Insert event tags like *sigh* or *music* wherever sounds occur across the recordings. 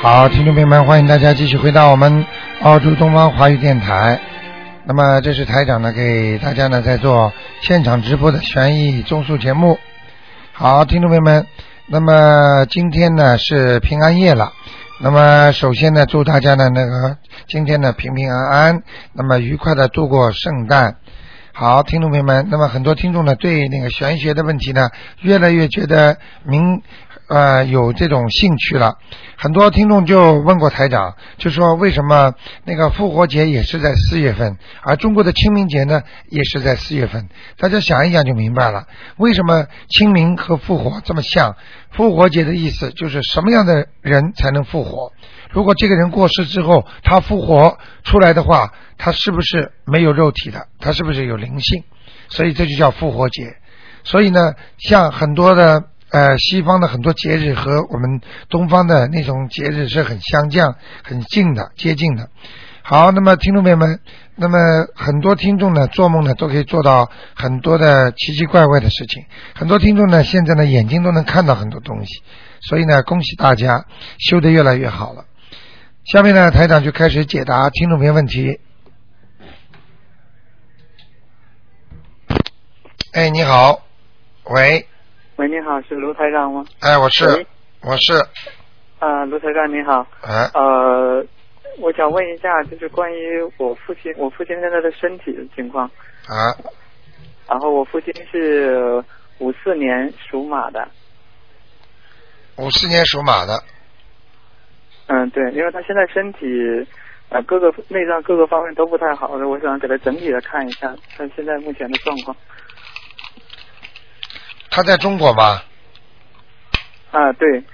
好，听众朋友们，欢迎大家继续回到我们澳洲东方华语电台。那么，这是台长呢给大家呢在做现场直播的悬疑综述节目。好，听众朋友们，那么今天呢是平安夜了。那么首先呢，祝大家呢那个今天呢平平安安，那么愉快的度过圣诞。好，听众朋友们，那么很多听众呢对那个玄学的问题呢越来越觉得明呃有这种兴趣了。很多听众就问过台长，就说为什么那个复活节也是在四月份，而中国的清明节呢也是在四月份？大家想一想就明白了，为什么清明和复活这么像？复活节的意思就是什么样的人才能复活？如果这个人过世之后，他复活出来的话，他是不是没有肉体的？他是不是有灵性？所以这就叫复活节。所以呢，像很多的呃西方的很多节日和我们东方的那种节日是很相像、很近的、接近的。好，那么听众朋友们，那么很多听众呢，做梦呢都可以做到很多的奇奇怪怪的事情。很多听众呢，现在呢眼睛都能看到很多东西，所以呢，恭喜大家修得越来越好了。下面呢，台长就开始解答听众朋友问题。哎，你好，喂，喂，你好，是卢台长吗？哎，我是喂我是，啊、卢台长你好，哎，呃，我想问一下，就是关于我父亲，我父亲现在的身体的情况。啊，然后我父亲是五四年属马的，五四年属马的，嗯，对，因为他现在身体呃各个内脏各个方面都不太好，所以我想给他整体的看一下他现在目前的状况。他在中国吗？啊，对，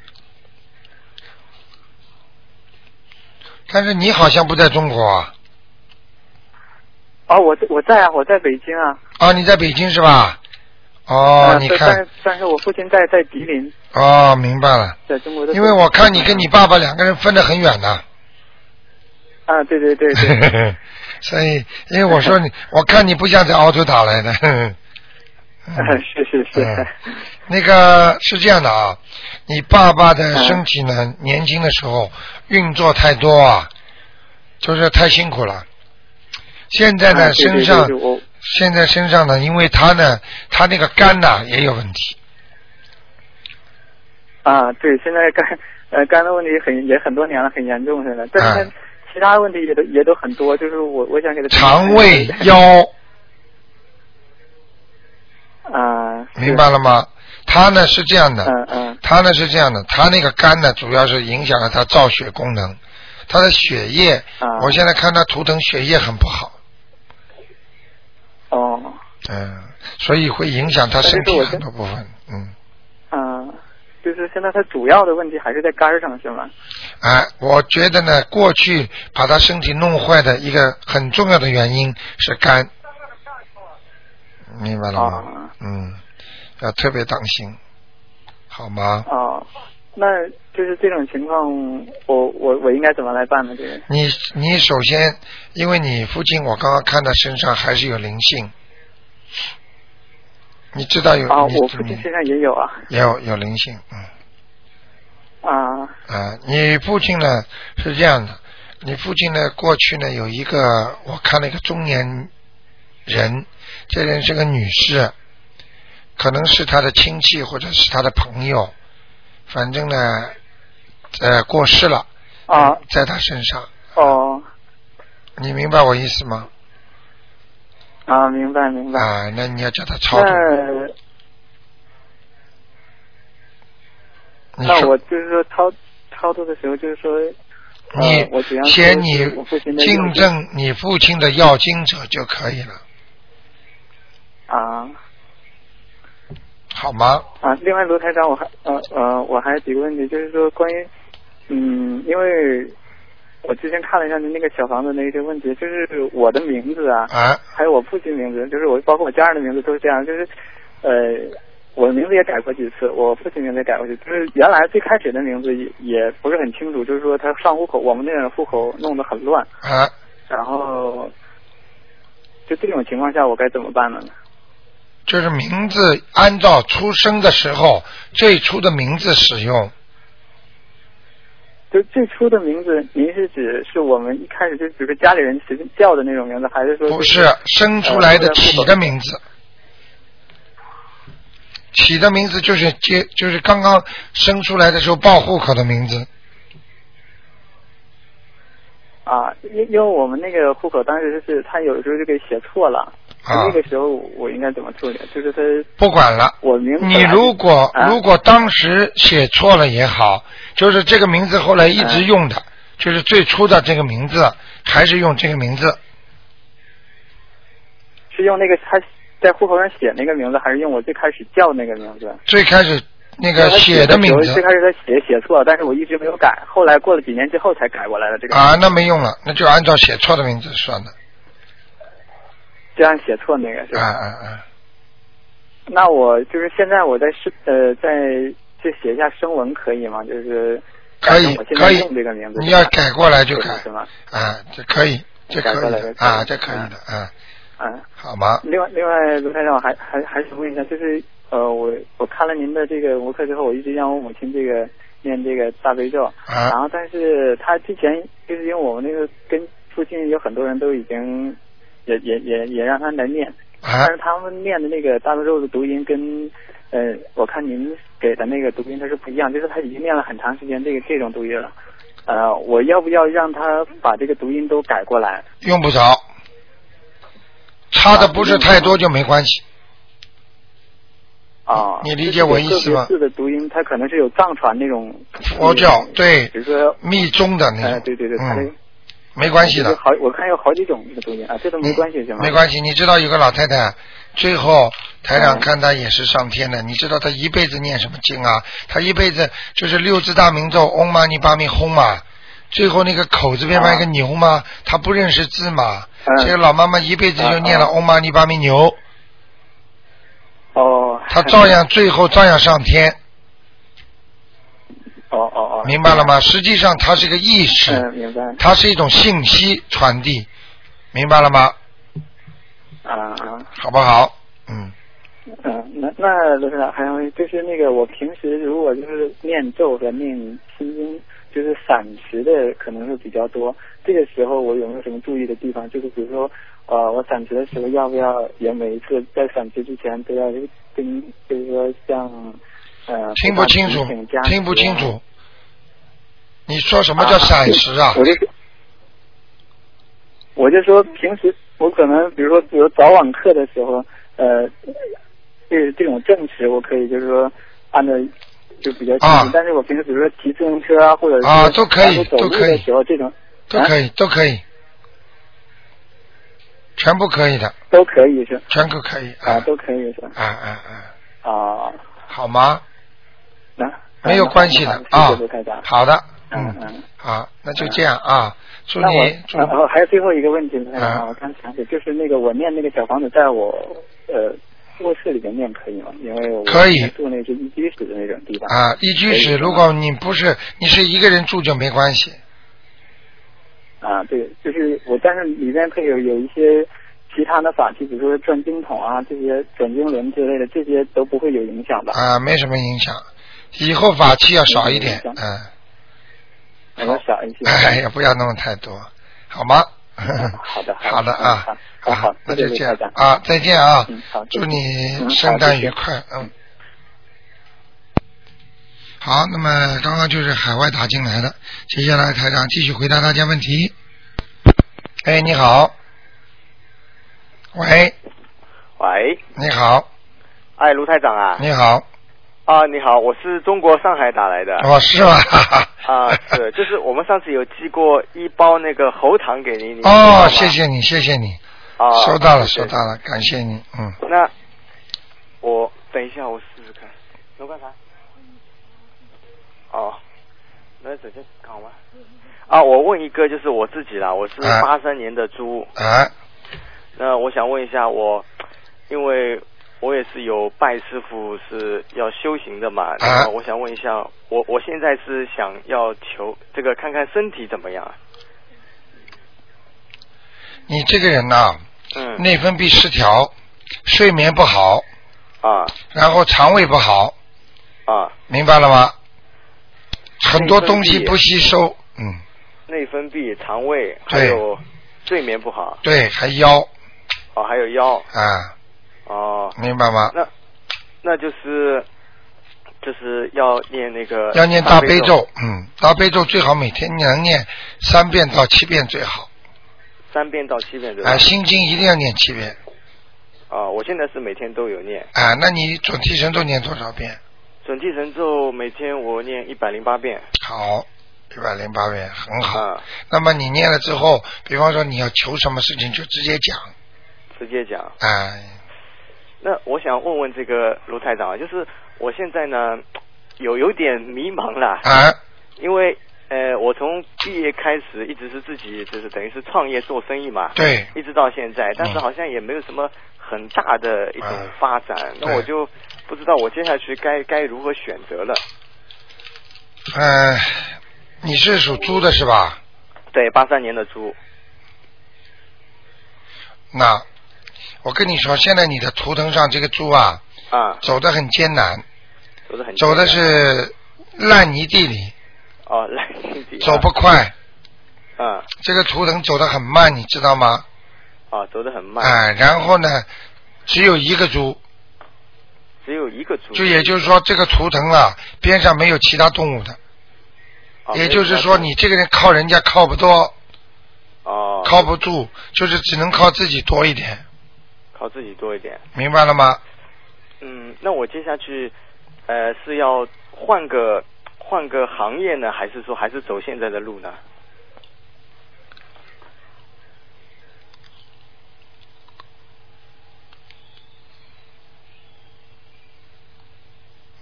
但是你好像不在中国啊？哦，我我在啊，我在北京啊，啊，你在北京是吧？哦，啊你但看，是但是我父亲在在吉林，哦，明白了，在中国的，因为我看你跟你爸爸两个人分得很远呢、啊，对对对对。 *laughs* 所以，因为我说你，我看你不像在澳洲打来的。嗯 *laughs* 是是是，嗯那个是这样的啊，你爸爸的身体嗯呢，年轻的时候运作太多啊，就是太辛苦了。现在呢，啊对对身上对对我现在身上呢，因为他呢，他那个肝呐也有问 *laughs* 题。啊，对，现在肝呃肝的问题很也很多年了，很严重现在，但嗯是呢其他问题也都也都很多，就是我我想给他肠胃腰腰，啊，是明白了吗？他呢是这样的，嗯嗯他呢是这样的，他那个肝呢，主要是影响了他造血功能，他的血液，啊我现在看他图腾血液很不好，哦嗯，所以会影响他身但是体我很多部分，嗯，啊，就是现在他主要的问题还是在肝上是吗？哎，我觉得呢，过去把他身体弄坏的一个很重要的原因是肝，明白了吗？啊嗯，要特别当心，好吗？哦，那就是这种情况，我我我应该怎么来办呢？这个你你首先，因为你父亲我刚刚看他身上还是有灵性，你知道有、啊，你我父亲你身上也有啊有有灵性，嗯啊啊，你父亲呢是这样的，你父亲呢过去呢有一个我看了一个中年人，这人是个女士，可能是他的亲戚或者是他的朋友，反正呢呃过世了啊在他身上，哦你明白我意思吗？啊，明白明白。啊，那你要叫他超度。那你那说我就是说超超度的时候，就是说，呃你我只要写说你是我父亲的敬右手正你父亲的要经者就可以了，啊好吗？啊！另外，罗台长，我还呃呃，我还有几个问题，就是说关于嗯，因为我之前看了一下您那个小房子的一些问题，就是我的名字啊，啊，还有我父亲名字，就是我包括我家人的名字都是这样，就是呃。我的名字也改过几次，我父亲名字也改过几次。就是原来最开始的名字也也不是很清楚，就是说他上户口，我们那边的户口弄得很乱，啊，然后就这种情况下，我该怎么办呢？就是名字按照出生的时候最初的名字使用，就最初的名字，您是指是我们一开始就比如说家里人随便叫的那种名字，还是说不是生出来的起的名字，起的名字就是接就是刚刚生出来的时候报户口的名字。啊？因因为我们那个户口当时就是他有的时候就给写错了，啊那个时候我应该怎么处理？就是他不管了。我名字你如果啊如果当时写错了也好，就是这个名字后来一直用啊的，就是最初的这个名字还是用这个名字，是用那个他在户口上写那个名字，还是用我最开始叫那个名字？最开始那因为个他写的的名时候最字开始他写写错了，但是我一直没有改，后来过了几年之后才改过来的这个。啊，那没用了，那就按照写错的名字算了。这样写错那个是吧？啊啊啊！那我就是现在我在是呃在就写一下声纹可以吗？就是可以改成我现可在以用这个名字，你是吧要改过来就改是吗？啊，这可以，这可以改过来就的可以啊，这可以的啊，嗯，好吗？另外另外卢台长我还还还想问一下，就是呃我我看了您的这个博客之后，我一直让我母亲这个念这个大悲咒，啊然后但是她之前就是因为我们那个跟附近有很多人都已经也也也也让她来念，啊但是他们念的那个大悲咒的读音跟，呃，我看您给的那个读音它是不一样，就是他已经念了很长时间这个这种读音了。呃，我要不要让他把这个读音都改过来？用不着，差的不是太多就没关系。啊、你理解我意思吗就是有个别字的读音，它可能是有藏传那种嗯佛教对比如说，密宗的那哎、种，对对对，它这嗯，没关系就是的，好，我看有好几种这个读音啊，这都没关系是吗？没关系。你知道有个老太太，最后台长嗯看她也是上天的。你知道她一辈子念什么经啊？她一辈子就是六字大明咒嗡嘛呢叭咪吽嘛，最后那个口字边啊放一个牛嘛，她不认识字嘛。嗯这个老妈妈一辈子就念了啊嗡嘛呢叭咪 *laughs* 牛，哦，她照样最后照样上天，哦哦哦，明白了？吗？实际上它是一个意识。嗯，明白它是一种信息传递，明白了吗？啊啊。好不好？嗯，嗯，那那罗院长还有就是那个我平时如果就是念咒和念心经，就是散持的可能会比较多。这个时候我有没有什么注意的地方？就是比如说，呃，我散持的时候要不要也每一次在散持之前都要跟就是说像呃听不清楚菩萨提醒加，持啊听不清楚。你说什么叫闪失啊？我就我就说平时我可能比如说比如早晚课的时候，呃，这这种正持我可以就是说按照就比较清楚，啊但是我平时比如说骑自行车啊，或者是啊都可以走路都可以的时候这种都可啊以，都可以，全部可以的，都可以是全部可以啊啊都可以是吧啊啊啊！啊，好吗？那没有关系的那啊好谢谢卢台长，好的，嗯嗯，嗯。好，那就这样啊。祝那我啊你祝然后还有最后一个问题，卢台啊长，我刚想起，就是那个我念那个小房子，在我呃卧室里面念可以吗？因为我可以住那是一居室的那种地方啊，一居室，如果你不是你是一个人住就没关系，啊，对，就是我，但是里面可以有有一些其他的法器，比如说转经筒啊，这些转经轮之类的，这些都不会有影响吧？啊，没什么影响。以后法器要少一点没什么，影嗯，我要少一些。哎呀，不要弄太多，好吗？好 *laughs* 的，好的的啊，好好啊，那就这样谢谢大家啊，再见啊嗯，好，祝你嗯圣好诞谢谢愉快，嗯。好，那么刚刚就是海外打进来的，接下来台长继续回答大家问题。哎，你好，喂，喂，你好，哎，卢台长啊，你好，啊，你好，我是中国上海打来的。我哦是吗？啊， *laughs* 是，就是我们上次有寄过一包那个喉糖给您，您收到哦吗，谢。谢你，谢谢你，啊，收到了，谢谢收到。了，感谢你，嗯，那我等一下，我试试看，能干啥？哦，那直接讲吧。啊，我问一个，就是我自己啦，我是啊八三年的猪，啊，那我想问一下我，因为我也是有拜师傅是要修行的啊嘛，然后我想问一下，我我现在是想要求这个看看身体怎么样啊？你这个人呐、嗯，内分泌失调，睡眠不好，啊然后肠胃不好，啊明白了吗？很多东西不吸收，嗯，内分泌、肠胃，还有睡眠不好，对，还腰哦，还有腰，啊，哦，明白吗？那那就是就是要念那个要念呃大大悲咒，嗯，大悲咒最好每天能念三遍到七遍最好，三遍到七遍对吧？啊，心经一定要念七遍，啊，我现在是每天都有念啊，那你准提神咒念多少遍？准提神咒，每天我念一百零八遍好，一百零八遍，很好。啊，那么你念了之后，比方说你要求什么事情，就直接讲，直接讲。哎，那我想问问这个卢台长啊，就是我现在呢有有点迷茫啦，啊，因为呃我从毕业开始一直是自己就是等于是创业做生意嘛，对，一直到现在，但是嗯好像也没有什么很大的一种嗯发展，对那我就不知道我接下去该该如何选择了。嗯，你是属猪的是吧？对，八三年的猪，那我跟你说，现在你的图腾上这个猪啊，啊，走得很艰难，走的很走的艰难是烂泥地里，哦，来心底啊走不快。嗯这个图腾走得很慢，你知道吗？啊，走的很慢，哎，然后呢，只有一个猪，只有一个猪，就也就是说这个图腾啊，边上没有其他动物的，哦也就是说你这个人靠人家靠不多，哦靠不住，就是只能靠自己多一点，靠自己多一点。明白了吗？嗯，那我接下去呃是要换个换个行业呢，还是说还是走现在的路呢？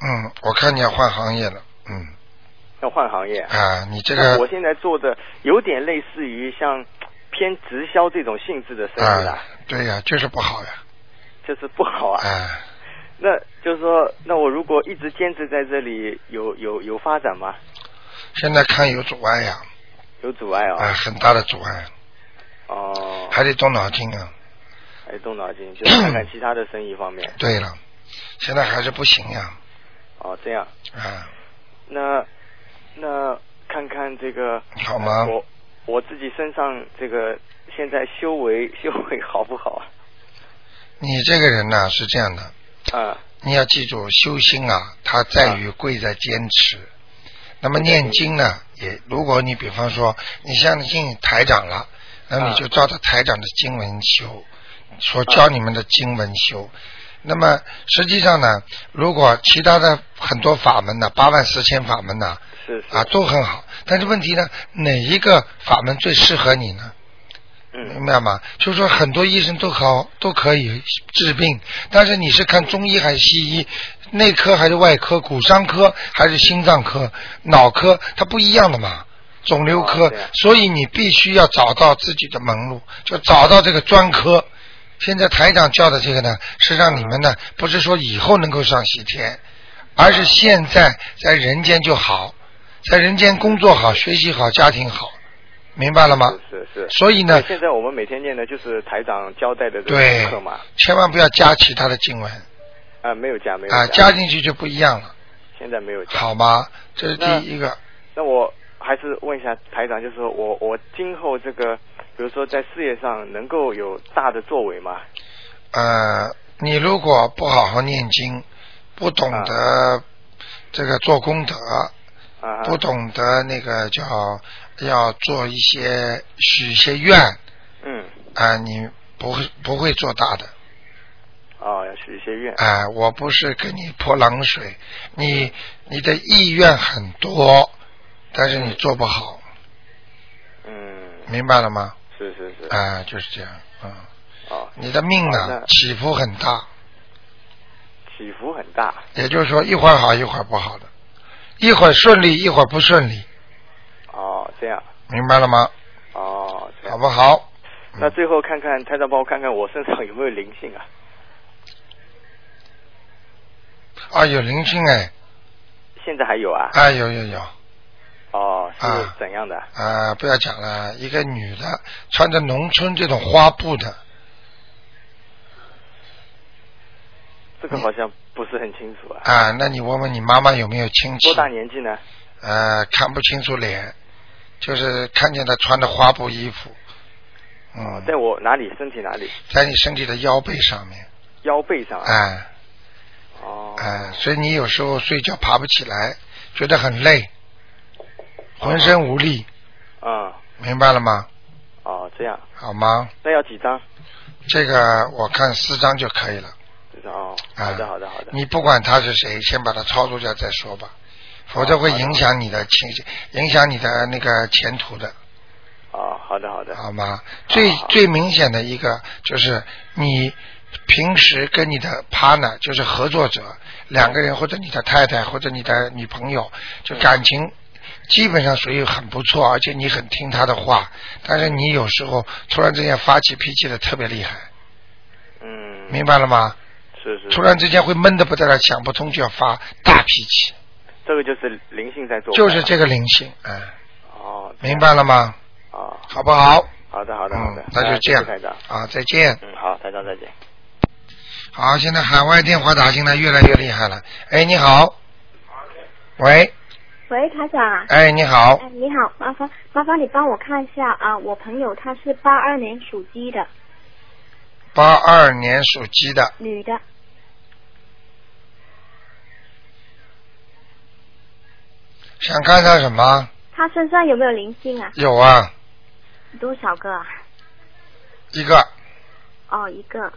嗯，我看你要换行业了，嗯，要换行业。啊，你这那我个现在做的有点类似于像偏直销这种性质的生意啊啦，，对呀、就是不好呀，就是不好啊。啊，那就是说，那我如果一直坚持在这里，有有有发展吗？现在看有阻碍呀，有阻碍哦。啊，很大的阻碍，哦，还得动脑筋啊。还动脑筋，就是看看其他的生意方面。对了，现在还是不行呀，哦，这样，啊，那那看看这个好吗？我我自己身上这个现在修为修为好不好啊？你这个人呢、是这样的，啊，你要记住修心啊，它在于贵在坚持。那么念经呢，也如果你比方说你相信台长了，那么你啊就照着台长的经文修，所教你们的经文修。那么实际上呢，如果其他的很多法门呢，八万四千法门呢，是是，啊都很好，但是问题呢，哪一个法门最适合你呢？嗯明白吗？就是说很多医生都好都可以治病，但是你是看中医还是西医，内科还是外科，骨伤科还是心脏科、脑科，它不一样的嘛。肿瘤科，哦对啊所以你必须要找到自己的门路，就找到这个专科。现在台长教的这个呢，是让你们呢，嗯不是说以后能够上西天，而是现在在人间就好，在人间工作好、学习好、家庭好，明白了吗？是是是。所以呢，现在我们每天念的就是台长交代的这对个课嘛，千万不要加其他的经文啊，没有加，没有啊，加加进去就不一样了，现在没有加。好吗？这是第一个，那我还是问一下台长，就是说我我今后这个，比如说在事业上能够有大的作为吗？呃，你如果不好好念经，不懂得这个做功德，啊，不懂得那个叫要做一些许一些愿啊、嗯，你不会不会做大的。啊，要许一些愿，哎、我不是跟你泼冷水，你你的意愿很多，但是你做不好，嗯，明白了吗？是是是，啊、就是这样，嗯。啊，你的命好呢的起伏很大，起伏很大，也就是说一会儿好一会儿不好的，一会儿顺利一会儿不顺利，哦，这样，明白了吗？哦，这样好。不好？那最后看看台长帮我看看我身上有没有灵性啊？啊，有灵性哎，现在还有啊？啊有有有，哦，啊是怎样的？啊不要讲了，一个女的穿着农村这种花布的，这个好像不是很清楚啊。啊，那你问问你妈妈有没有亲戚多？大年纪呢？啊、呃，看不清楚脸，就是看见他穿的花布衣服，嗯，在我哪里？身体哪里？在你身体的腰背上面，腰背上啊。哎、哦。哎、所以你有时候睡觉爬不起来，觉得很累，浑身无力，啊嗯，明白了吗？哦，这样。好吗？那要几张？这个我看四张就可以了。几张哦。啊好的，好的，好的。你不管他是谁，先把他操作掉再说吧，哦否则会影响你的情，影响你的那个前途的，哦，好的，好的。好吗？最好最明显的一个就是你平时跟你的 partner，就是合作者，两个人或者你的太太或者你的女朋友，嗯就感情。基本上属于很不错，而且你很听他的话，但是你有时候突然之间发起脾气的特别厉害，嗯。明白了吗？是是。突然之间会闷得不得了，想不通就要发大脾气，这个就是灵性在做。就是这。个灵性，嗯，哦。这明样白。了吗？哦，好不好？好的，好的，好嗯的。，那就这样谢谢台长。啊，再见。嗯，好，台长再见。好，现在海外电话打进来越来越厉害了。哎，你好。喂，喂，台长啊，哎，你好，哎，你好，麻烦麻烦你帮我看一下啊，我朋友她是八二年属鸡的八二年属鸡的，女的，想看他什么？她身上有没有灵性啊？有啊，多少个啊？一个，哦，一个。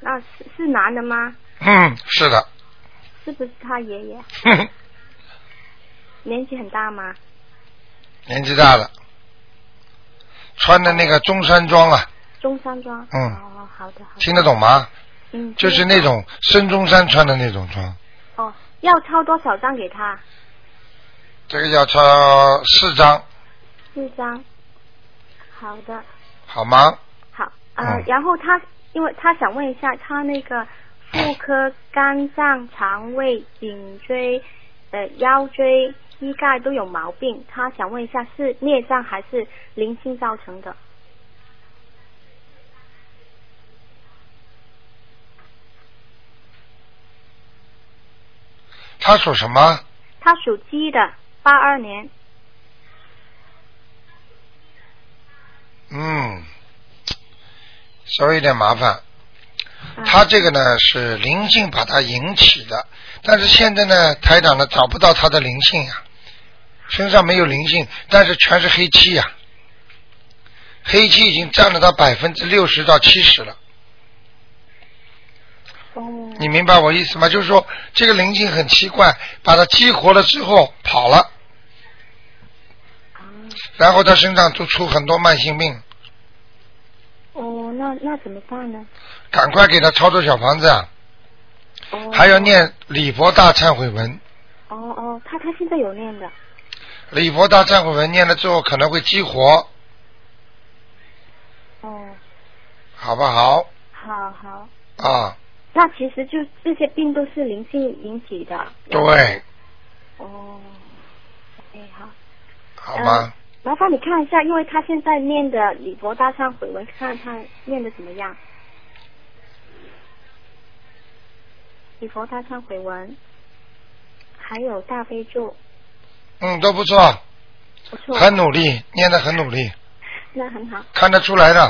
那是是男的吗？嗯，是的，是不是他爷 *laughs* 爷？哼哼年纪很大吗？年纪大了，穿的那个中山装啊，中山装。嗯哦，好的好的。听得懂吗？嗯。就是听那种深中山穿的那种装，哦，要抄多少张给他？这个要抄四张，四张。好的，好吗？好。呃，嗯然后他因为他想问一下，他那个妇科、肝脏、肠胃、颈椎、呃腰椎、膝盖都有毛病，他想问一下是孽障还是灵性造成的？他属什么？他属鸡的，八二年。嗯，稍微有点麻烦。啊嗯他这个呢是灵性把他引起的，但是现在呢，台长呢找不到他的灵性呀、身上没有灵性，但是全是黑气呀、黑气已经占了他百分之六十到七十了。哦嗯你明白我意思吗？就是说这个灵性很奇怪，把它激活了之后跑了，然后他身上就出很多慢性病，哦，那那怎么办呢？赶快给他操作小房子，啊，哦，还要。念礼佛大忏悔文。哦哦，他他现在有念的。礼佛大忏悔文念了之后可能会激活，哦，好不好？好好。啊，那其实就这些病都是灵性引起的。对，哦，哎好，好吗？呃麻烦你看一下，因为他现在念的李博大忏悔文，看他念的怎么样。李佛大忏悔文，还有大悲咒，嗯，都不错，不错，很努力，念的很努力，那很好。看得出来的。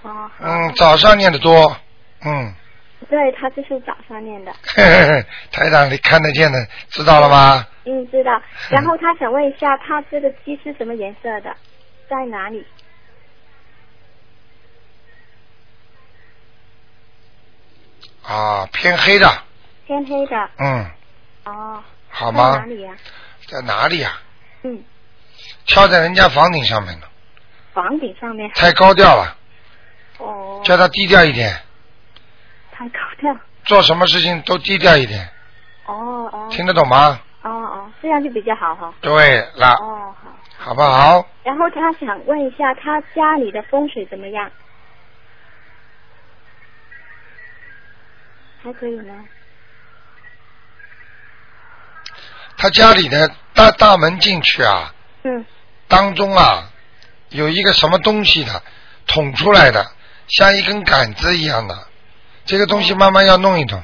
哦，好嗯，早上念的多，嗯， *laughs* 对他就是早上念的，嘿嘿嘿，台长你看得见的，知道了吗？嗯，知道。然后他想问一下，他这个鸡是什么颜色的，在哪里？啊，偏黑的，天黑的，嗯，哦，好在吗哪？里呀、在哪里啊？嗯，跳在人家房顶上面了，房顶上面。太高调了，哦，叫他低调一点，太高调。做什么事情都低调一点，哦哦听得懂吗？哦哦，这样就比较好哈、对了，哦好。好不好？然后他想问一下，他家里的风水怎么样？还可以吗？他家里的大大门进去啊，嗯，当中啊有一个什么东西的捅出来的，像一根杆子一样的，这个哦东西慢慢要弄一弄。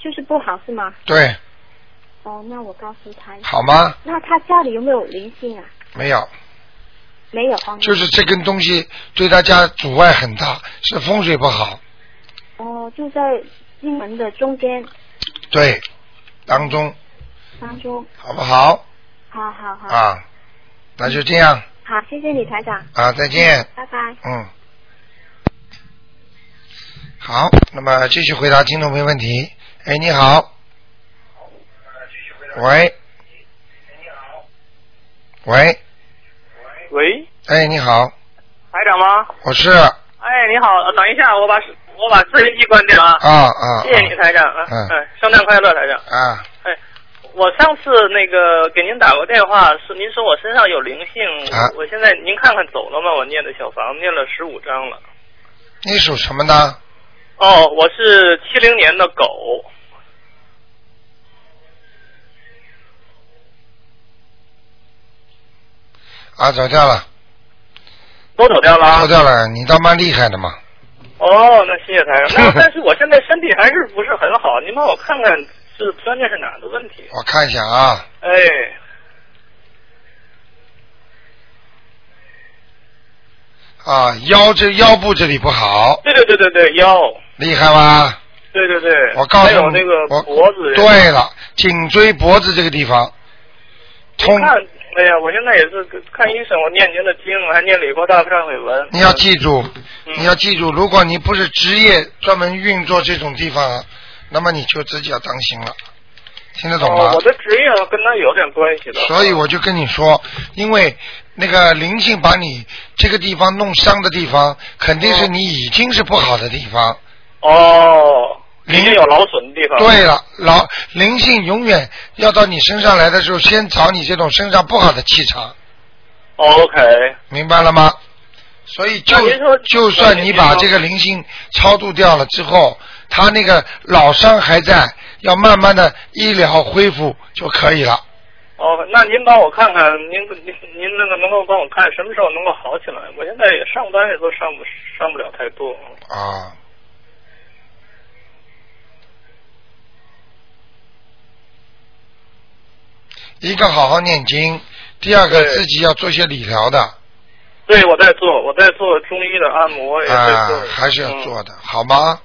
就是不好是吗？对，哦，那我告诉他。好啊吗？那他家里有没有灵性啊？没有，没有哦。就是这根东西对他家阻碍很大，是风水不好。哦，就在进门的中间对，当中当中。好不好好好好。啊？那就这样好，谢谢你台长。啊，再见。拜拜。嗯。好，那么继续回答听众朋友问题。哎，你好。呃喂。喂，喂，哎，你好，台长吗？我是啊哎，你好，等一下，我把我把收音机关掉啊。啊谢谢你，台长啊，嗯哎，圣诞快乐，台长。啊，哎，我上次那个给您打过电话，是您说我身上有灵性，啊我我现在您看看走了吗？我念的小房念了十五章了。你属什么呢？哦，我是七零年的狗，啊，走掉了，都走掉了啊。走掉了，你倒蛮厉害的嘛。哦，那谢谢台长。那 *laughs* 但是我现在身体还是不是很好，您帮我看看是关键是哪个问题？我看一下啊，哎，啊，腰这腰部这里不好，对对对对对，腰，厉害吧？对对对，我告诉还有你，那个我脖子，对了，颈椎脖子这个地方，痛，看，哎呀，我现在也是看医生，我念您的经，我还念李国大忏悔文。你要记住，嗯你要记住，如果你不是职业专门运作这种地方啊，那么你就自己要当心了，听得懂吗？哦，我的职业跟他有点关系的。所以我就跟你说，因为那个灵性把你这个地方弄伤的地方，肯定是你已经是不好的地方。嗯哦，灵已经有劳损的地方。对了，老灵性永远要到你身上来的时候，先找你这种身上不好的气场，哦，OK，明白了吗？所以就那您说就算你把这个灵性超度掉了之后，他那个老伤还在，要慢慢的医疗恢复就可以了。哦，那您帮我看看，您您您那个能够帮我看什么时候能够好起来？我现在也上班也都上不上不了太多。啊。一个好好念经，第二个对自己要做些理疗的对，我在做，我在做中医的按摩，也在啊做，，还是要嗯。做的，好吗？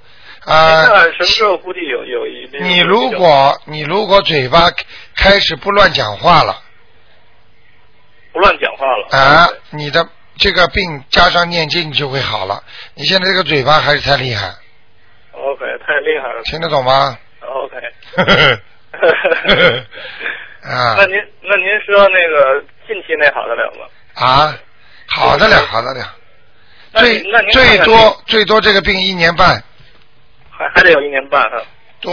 您看啊看，什么时候估计有有一定你如果你如果嘴巴开始不乱讲话了不乱讲话了啊，你的这个病加上念经就会好了。你现在这个嘴巴还是太厉害， ，OK，太厉害了听得懂吗？ *laughs* ，OK。呵呵呵啊那您那您说那个近期内好得了吗？啊，好的了，好的了。那最您那您看看最多最多这个病一年半，还还得有一年半啊哈。对，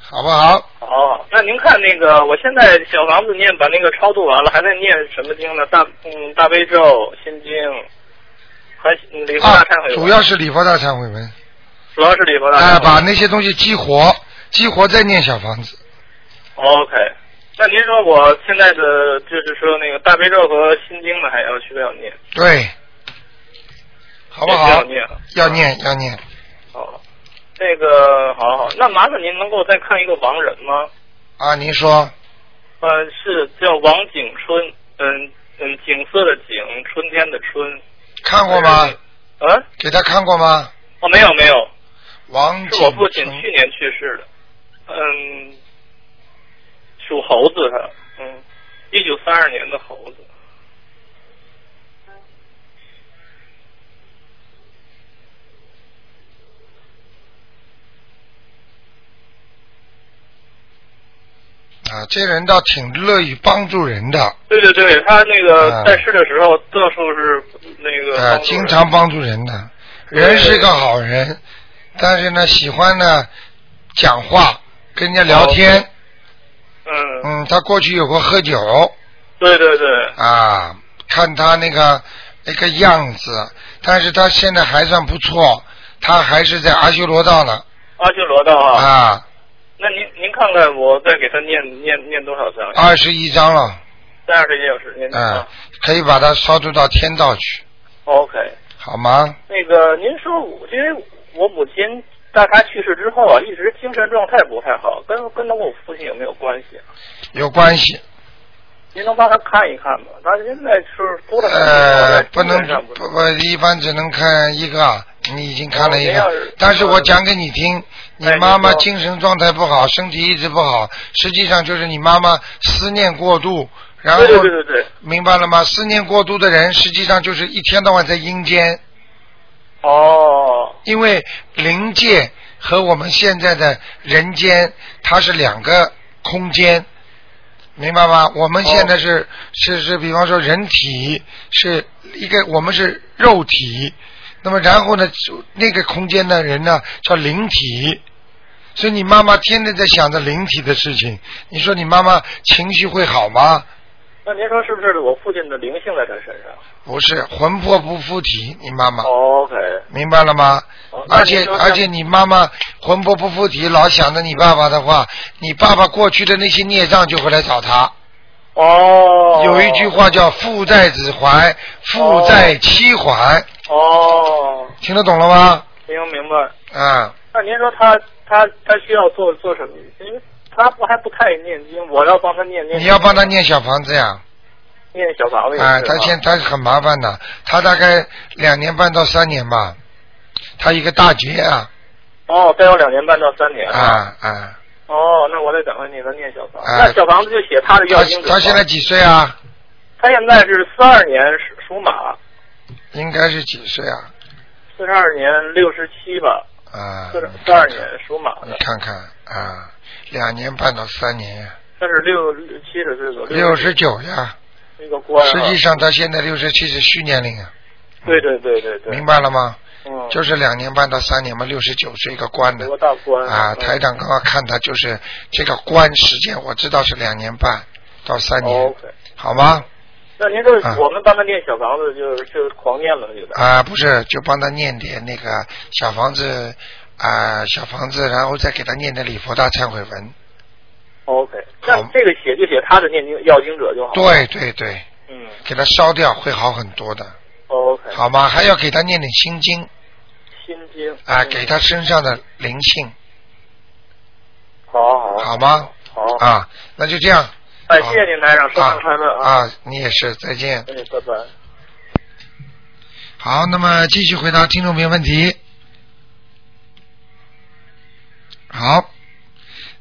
好不好？哦，那您看那个，我现在小房子念把那个超度完了，还在念什么经呢？大嗯大悲咒、心经，还嗯礼佛啊大忏，悔文、主要是礼佛大忏悔文，啊主要是礼佛大啊，忏悔文。把那些东西激活，激活再念小房子， OK，那您说我现在的就是说那个大悲咒和心经呢，还要需要念，对，好不也需好要？念。要念要念，哦，那个好好，那麻烦您能够再看一个亡人吗？啊，您说呃，是叫王景春，嗯嗯，景色的景，春天的春。看过吗？啊？给他看过吗？哦，没有没有，王是我父景亲春去年去世的。嗯，属猴子他，嗯，一九三二年的猴子。啊，这人倒挺乐于帮助人的，对对对，他那啊个在世的时候到处是那个啊，帮助人经常帮助人的，人是个好人，但是呢，喜欢呢讲话，跟人家聊天。嗯，嗯，他过去有过喝酒对对对，啊，看他那个那个样子，但是他现在还算不错，他还是在阿修罗道呢阿修罗道啊。啊，那您您看看我再给他念念念多少章？二十一章了，三二十一小时念。嗯，可以把他超度到天道去， OK，好吗？那个您说我，因为我母亲在她去世之后啊，一直精神状态不太好，跟跟他我父亲有没有关系啊？有关系。您能帮他看一看吗？他现在是多了呃，不能不不不，一般只能看一个，啊你已经看了一哦您要个是。但是我讲给你听，你哎妈妈您说精神状态不好，身体一直不好，实际上就是你妈妈思念过度，然后对对对对对。明白了吗？思念过度的人，实际上就是一天到晚在阴间，哦因为灵界和我们现在的人间，它是两个空间，明白吗？我们现在是、是是，比方说人体是一个，我们是肉体，那么然后呢，就那个空间的人呢叫灵体。所以你妈妈天天在想着灵体的事情，你说你妈妈情绪会好吗？那您说是不是我父亲的灵性在他身上、不是魂魄不附体，你妈妈、 o k 明白了吗？哦那而且您说他而且你妈妈魂魄不附体，老想着你爸爸的话，你爸爸过去的那些孽障就会来找他。哦，有一句话叫“父债子还，父债妻还”，哦，听得懂了吗？明明白。啊、那您说他他他需要做做什么？因为他不还不太念经，我要帮他念念。你要帮他念小房子呀，念小房子也是啊、他现他很麻烦的，他大概两年半到三年吧，他一个大劫啊，哦，再有两年半到三年。啊啊，哦，那我得赶快给他念小房子。啊那小房子就写他的要他经者吧他现在几岁啊？他现在是四二年属属马，应该是几岁啊？四十二年六十七吧，啊，四十你四看二看年属马你的，看看啊，两年半到三年呀，他是六七十岁左右。六十九呀。那个官啊。实际上他现在六十七是虚年龄啊，对对对对对。明白了吗？嗯。就是两年半到三年嘛，六十九是一个官的有个大官啊。嗯台长刚刚看他就是这个官时间，我知道是两年半到三年，哦 OK。好吗？那您这啊我们帮他念小房子，就是就是狂念了，有点。啊，不是，就帮他念点那个小房子啊，小房子，然后再给他念点礼佛大忏悔文。 OK，好那这个写就写他的念经要经者就好。，对对对，嗯给他烧掉会好很多的， ，OK，好吗？还要给他念点心经。心经啊，嗯给他身上的灵性，好好好吗？好，啊，那就这样哎，好谢谢您台长，生日快乐啊！啊，你也是，再见。哎，拜拜。好，那么继续回答听众朋友问题。好，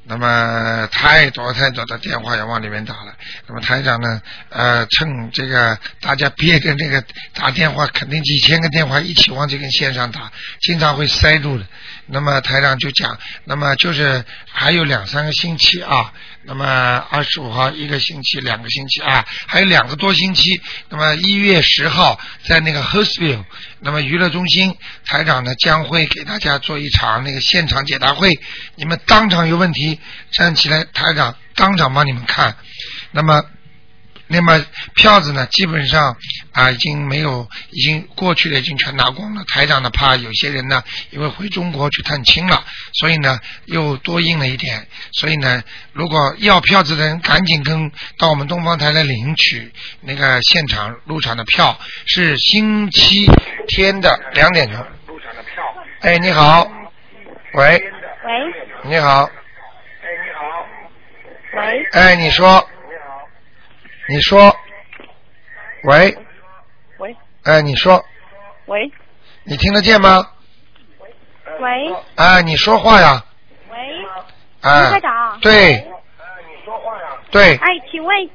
那么太多太多的电话要往里面打了。那么台长呢，呃，趁这个大家憋着这个打电话，肯定几千个电话一起往这根线上打，经常会塞住的。那么台长就讲，那么就是还有两三个星期啊，那么二十五号一个星期，两个星期啊，还有两个多星期。那么一月十号在那个 h e r s v i l l e 那么娱乐中心，台长呢将会给大家做一场那个现场解答会，你们当场有问题站起来，台长当场帮你们看。那么。那么票子呢，基本上啊已经没有，已经过去的已经全拿光了。台长呢怕有些人呢，因为回中国去探亲了，所以呢又多印了一点。所以呢，如果要票子的人，赶紧跟到我们东方台来领取那个现场入场的票，是星期天的两点钟。入场的票。哎，你好，喂，喂你好，喂，哎，你说，你说，喂，喂哎，你说，喂你听得见吗？喂哎，你说话呀，喂，哎，台长对，对，啊哎，请问，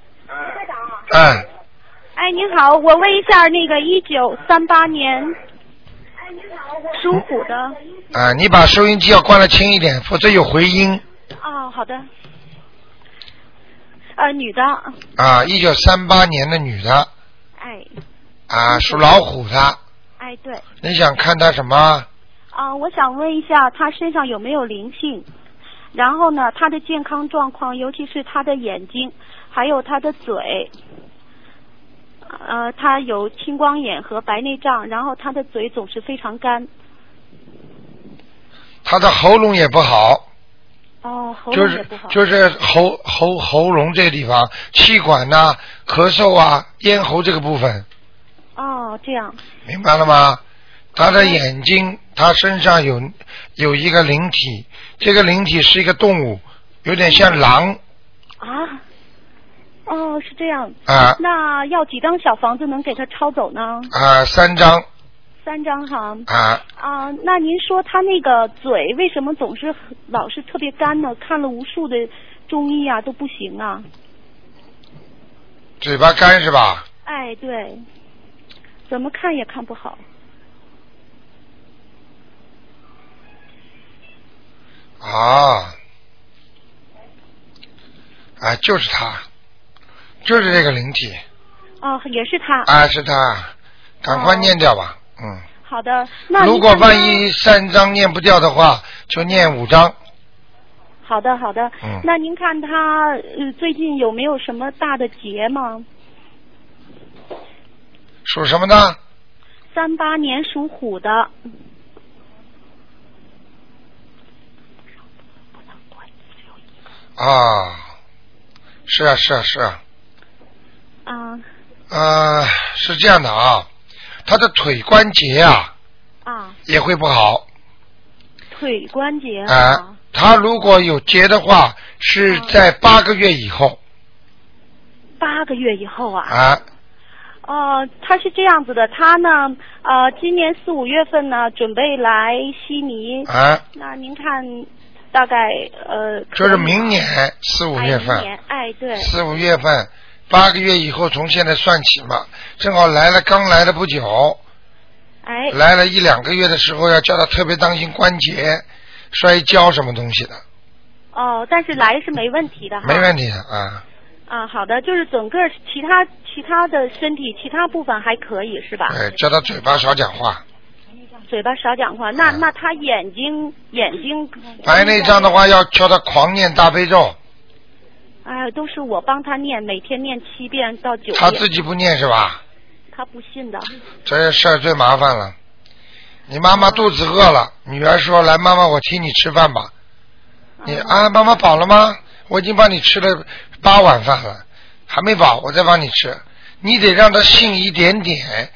哎，哎，您好，我问一下那个一九三八年属虎的，啊，你把收音机要关的轻一点，否则有回音哦，好的，呃，女的，啊。一九三八年的女的哎，啊，属老虎的，哎，对，你想看她什么？啊、我想问一下，她身上有没有灵性？然后呢，她的健康状况，尤其是她的眼睛，还有她的嘴，呃，她有青光眼和白内障，然后她的嘴总是非常干。她的喉咙也不好，哦，喉就咙也是不好。就是喉喉喉咙这个地方，气管呐、咳嗽啊、咽喉这个部分，哦，这样。明白了吗？她的眼睛，她身上有有一个灵体，这个灵体是一个动物，有点像狼啊？哦，是这样。啊那要几张小房子能给他抄走呢？啊，三张三张哈。啊，啊，那您说他那个嘴为什么总是很老是特别干呢？看了无数的中医啊都不行啊。嘴巴干是吧？哎，对，怎么看也看不好。啊，啊，就是他，就是这个灵体哦，也是他。啊，是他，赶快念掉吧，嗯。好的，哦那您如果看他万一三张念不掉的话，就念五张。好的好的，嗯那您看他呃最近有没有什么大的劫吗？属什么呢？三八年属虎的，啊，是啊是啊是啊，嗯啊呃，是这样的啊，他的腿关节啊啊，也会不好腿关节啊、他如果有结的话，是在八个月以后八个月以后啊，啊哦，他是这样子的，他呢，呃，今年四五月份呢，准备来悉尼，啊，那您看大概呃，就是明年四五月哎明份，年哎对，四五月份八个月以后从现在算起嘛，正好来了刚来了不久，哎来了一两个月的时候，要叫他特别当心关节摔跤什么东西啊的，哦，但是来是没问题的哈，没问题的啊。啊，好的，就是整个其他其他的身体其他部分还可以是吧？对，叫他嘴巴少讲话。嘴巴少讲话，嗯那那他眼睛眼睛白内障的话，要叫他狂念大悲咒，哎，都是我帮他念，每天念七遍到九遍，他自己不念是吧？他不信的。这事儿最麻烦了。你妈妈肚子饿了，女儿说：“来，妈妈，我请你吃饭吧。”你啊，妈妈饱了吗？我已经帮你吃了八碗饭了，还没饱，我再帮你吃。你得让他信一点点，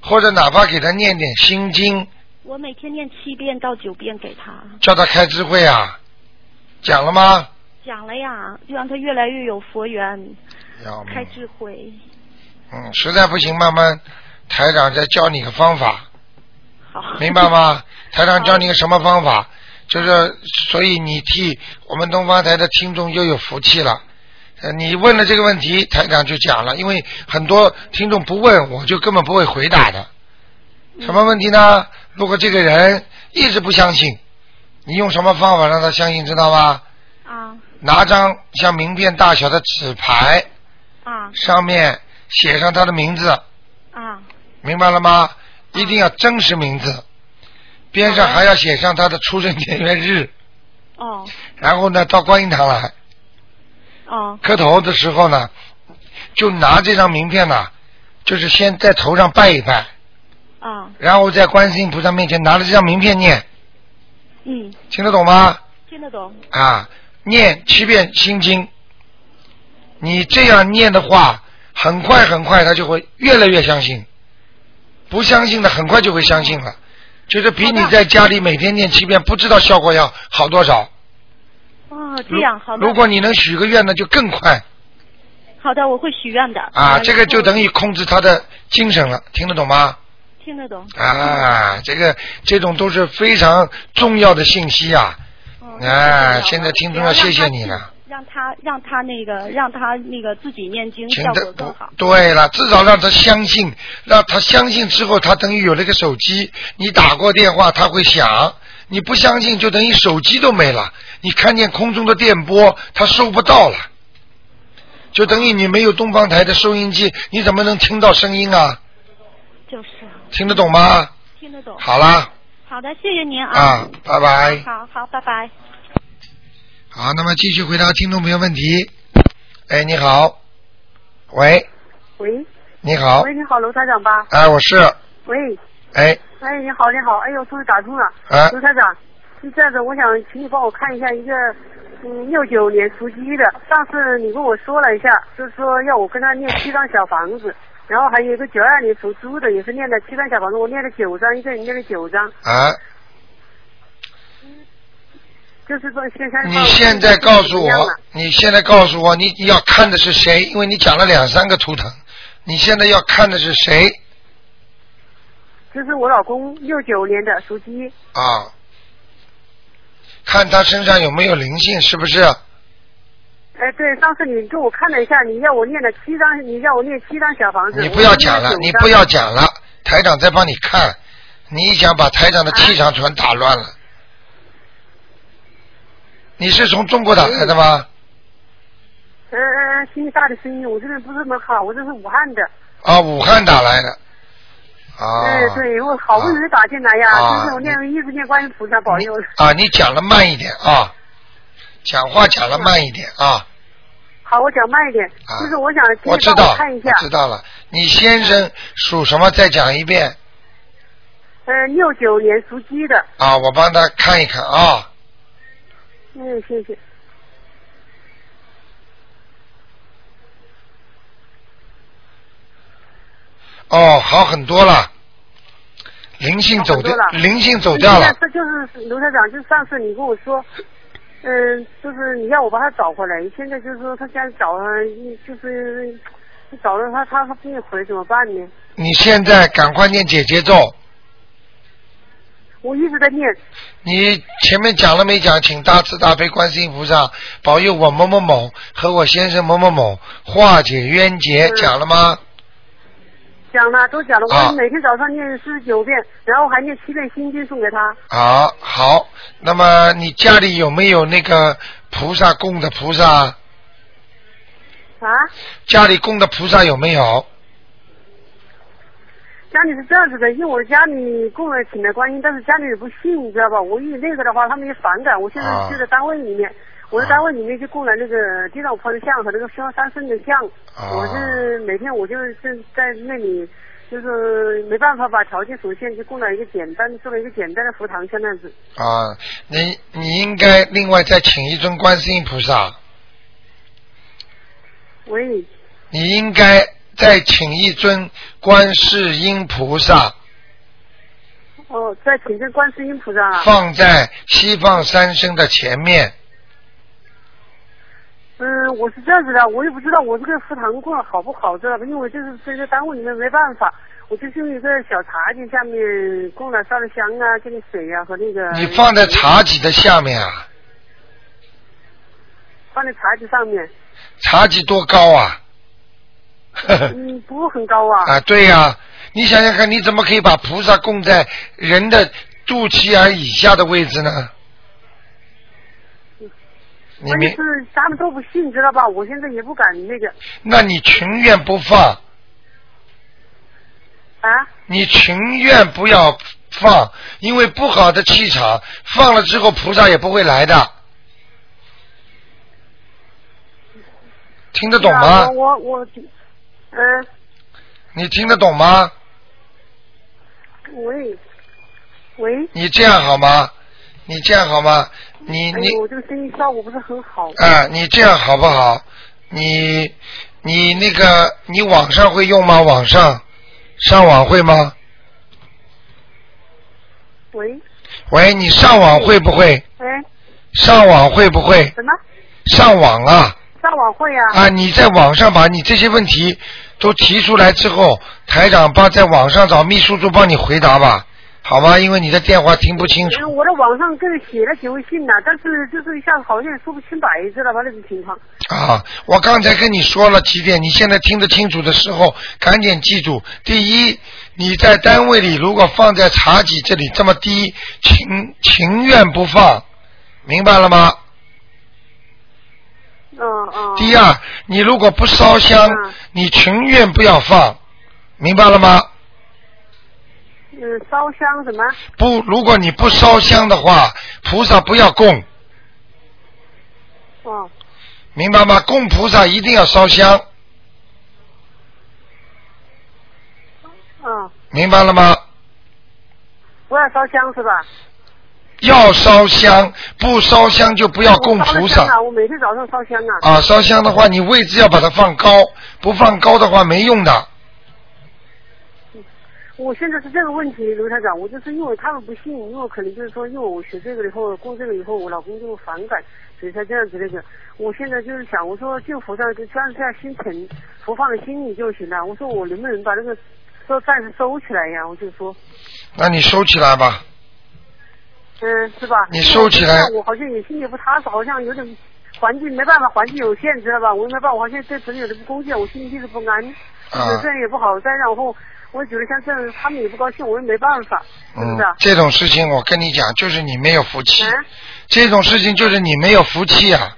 或者哪怕给他念点心经，我每天念七遍到九遍给他，叫他开智慧啊。讲了吗？讲了呀，就让他越来越有佛缘，嗯要命开智慧。嗯，实在不行，慢慢台长再教你个方法。好，明白？吗？ *laughs* 台长教你个什么方法？就是，所以你替我们东方台的听众又有福气了。呃，你问了这个问题，台长就讲了，因为很多听众不问，我就根本不会回答的。嗯什么问题呢？如果这个人一直不相信，你用什么方法让他相信？知道吗？啊拿张像名片大小的纸牌，啊上面写上他的名字，啊！明白了吗？一定要真实名字，边上还要写上他的出生年月日。哦然后呢，到观音堂来哦磕头的时候呢，就拿这张名片呢，就是先在头上拜一拜，啊，然后在观世音菩萨面前拿着这张名片念，嗯，听得懂吗？听得懂啊，念七遍心经。你这样念的话，很快很快他就会越来越相信，不相信的很快就会相信了，就是比你在家里每天念七遍不知道效果要好多少。哦，这样好的。如果你能许个愿呢，就更快好的，我会许愿的。啊！嗯这个就等于控制他的精神了，听得懂吗？听得懂。嗯啊，这个这种都是非常重要的信息啊！嗯啊，现在听众要谢谢你。听得懂了。让他让他那个让他那个自己念经，请效他果更不好。对了，至少让他相信，让他相信之后，他等于有了个手机，你打过电话，他会响。你不相信，就等于手机都没了。你看见空中的电波，他收不到了，就等于你没有东方台的收音机，你怎么能听到声音啊？就是啊听得懂吗？听得懂。好啦，好的，谢谢您啊啊。，拜拜。好好，拜拜。好，那么继续回答听众朋友问题。哎，你好，喂，喂，你好，喂，你好，楼台长吧？哎，我是，喂，哎，哎，你好，你好，哎呦，终于打通了，哎，楼台长，是这样子，我想请你帮我看一下一个，嗯，六九年属鸡的，上次你跟我说了一下，就是说要我跟他念七张小房子，然后还有一个九二年属猪的，也是念了七张小房子，我念了九张，一个人念了九张，啊，就是说现在你现在告诉我，你现在告诉我，你你要看的是谁？因为你讲了两三个图腾，你现在要看的是谁就是我老公六九年的属鸡，啊？看他身上有没有灵性，是不是？哎，对，上次你给我看了一下，你要我念了七张，你要我念七张小房子，你不要讲了，你不要讲了，台长在帮你看，你一讲把台长的气场全打乱了。你是从中国打来的吗？嗯嗯嗯，新大的声音，我这人不是那么好，我这是武汉的，啊，武汉打来的。啊哎，对，我好不容易打进来呀，啊就是我念一直念观音菩萨保佑，啊，你讲的慢一点啊，讲话讲的慢一点啊。好，我讲慢一点，啊就是我想请我你知帮道，看一下，知道了。你先生属什么？再讲一遍嗯，六九年属鸡的，啊，我帮他看一看啊。嗯，谢谢。哦，好很多了，灵性走掉好很，多了灵性走掉了。这就是卢台长，就是上次你跟我说，嗯，就是你要我把他找回来，现在就是说他现在找上，就是找了他，他他不愿意回，怎么办呢？你现在赶快念姐姐咒。我一直在念，你前面讲了没讲？请大慈大悲观世音菩萨保佑我某某某和我先生某某某化解冤结，嗯讲了吗？讲了都讲了，啊我每天早上念四十九遍，然后还念七遍心经送给他。好，好。那么你家里有没有那个菩萨供的菩萨？啊，家里供的菩萨有没有？家里是这样子的，因为我家里供了请了观音，但是家里人不信，你知道吧？我一那个的话，他们也反感。我现在啊就在单位里面，我在单位里面就供了那个地藏菩萨的像和那个萧三圣的像。啊我是每天我就是在那里，就是没办法把条件所限，就供了一个简单，做了一个简单的佛堂，像那样子。啊，你你应该另外再请一尊观世音菩萨，喂，你应该再请一尊观世音菩萨哦，在请这观世音菩萨啊。放在西方三圣的前面。嗯，我是这样子的，我也不知道我这个佛堂过得好不好，知道吧？因为我就是这个单位里面没办法，我就是用一个小茶几下面供了烧了香啊，这个水啊和那个。你放在茶几的下面啊，放在茶几上 *laughs* 面，茶几多高啊？ *laughs* 呵呵嗯，不过很高啊。啊，对呀、你想想看，你怎么可以把菩萨供在人的肚脐眼以下的位置呢？你关键明是？他们都不信，知道吧？我现在也不敢那个那你情愿不放，啊，你情愿不要放，因为不好的气场放了之后，菩萨也不会来的。听得懂吗是啊？我我我，嗯，你听得懂吗？喂喂，你这样好吗？你这样好吗？你哎你呦，我这个声音效果不是很好。啊，你这样好不好？你你那个你网上会用吗？网上上网会吗？喂，喂，你上网会不会？哎，上网会不会？什么？上网啊上晚会啊？啊！你在网上把你这些问题都提出来之后，台长帮在网上找秘书处帮你回答吧，好吗？因为你的电话听不清嗯楚。我在网上跟写了几封信呢，但是就是一下子好像也说不清白，知道吧？那种情况。啊，我刚才跟你说了几点，你现在听得清楚的时候，赶紧记住。第一，你在单位里如果放在茶几这里这么低，情情愿不放，明白了吗？嗯嗯。第二，你如果不烧香嗯，你情愿不要放，明白了吗？嗯，烧香什么？不，如果你不烧香的话，菩萨不要供，哦，明白吗？供菩萨一定要烧香，嗯，明白了吗？不要烧香是吧？要烧香，不烧香就不要供我烧菩了萨。香啊，我每天早上烧香啊。啊，烧香的话，你位置要把它放高，不放高的话没用的。我现在是这个问题，卢台长，我就是因为他们不信，因为可能就是说，因为我学这个以后，过这个以后，我老公就反感，所以才这样子那个。我现在就是想，我说就佛上就放下心诚，佛放在心里就行了。我说我能不能把那个说暂时收起来呀？我就说，那你收起来吧。嗯，是吧？你收起来因为我现在我好像也心里不踏实，好像有点环境没办法，环境有限，知道吧？我也没办法，我好像对朋友的不贡献，我心里就是不安，啊就是这样也不好。再然后，我觉得像这样，他们也不高兴，我也没办法，是不嗯是啊？，这种事情我跟你讲，就是你没有福气。嗯这种事情就是你没有福气啊！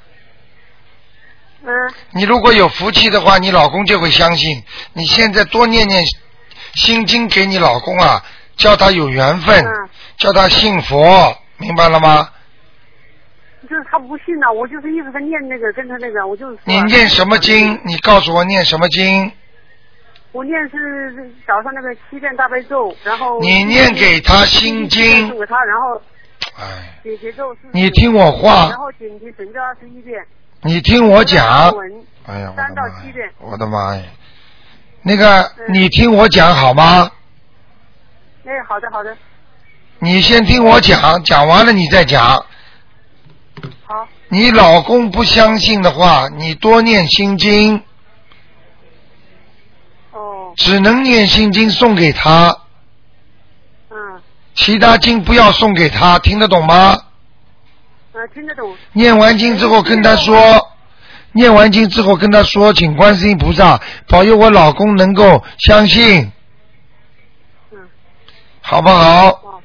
嗯你如果有福气的话，你老公就会相信。你现在多念念心经给你老公啊，叫他有缘分，嗯，叫他信佛，明白了吗？就是他不信呐，我就是一直在念那个，跟他那个，我就是说你念什么嗯经？你告诉我念什么经？我念是早上那个七遍大悲咒，然后你念给他心经送给他，然后哎，解结咒是你听我话然，后紧急神咒二十一遍，你听我讲。文哎呀，我三的到妈七呀遍！我的妈呀！那个，嗯你听我讲好吗？哎，好的好的，你先听我讲，讲完了你再讲。好，你老公不相信的话，你多念心经，哦，只能念心经送给他，嗯，其他经不要送给他，听得懂吗？啊，听得懂，念完经之后跟他说，念完经之后跟他说，请观世音菩萨保佑我老公能够相信，嗯，好不好？哦，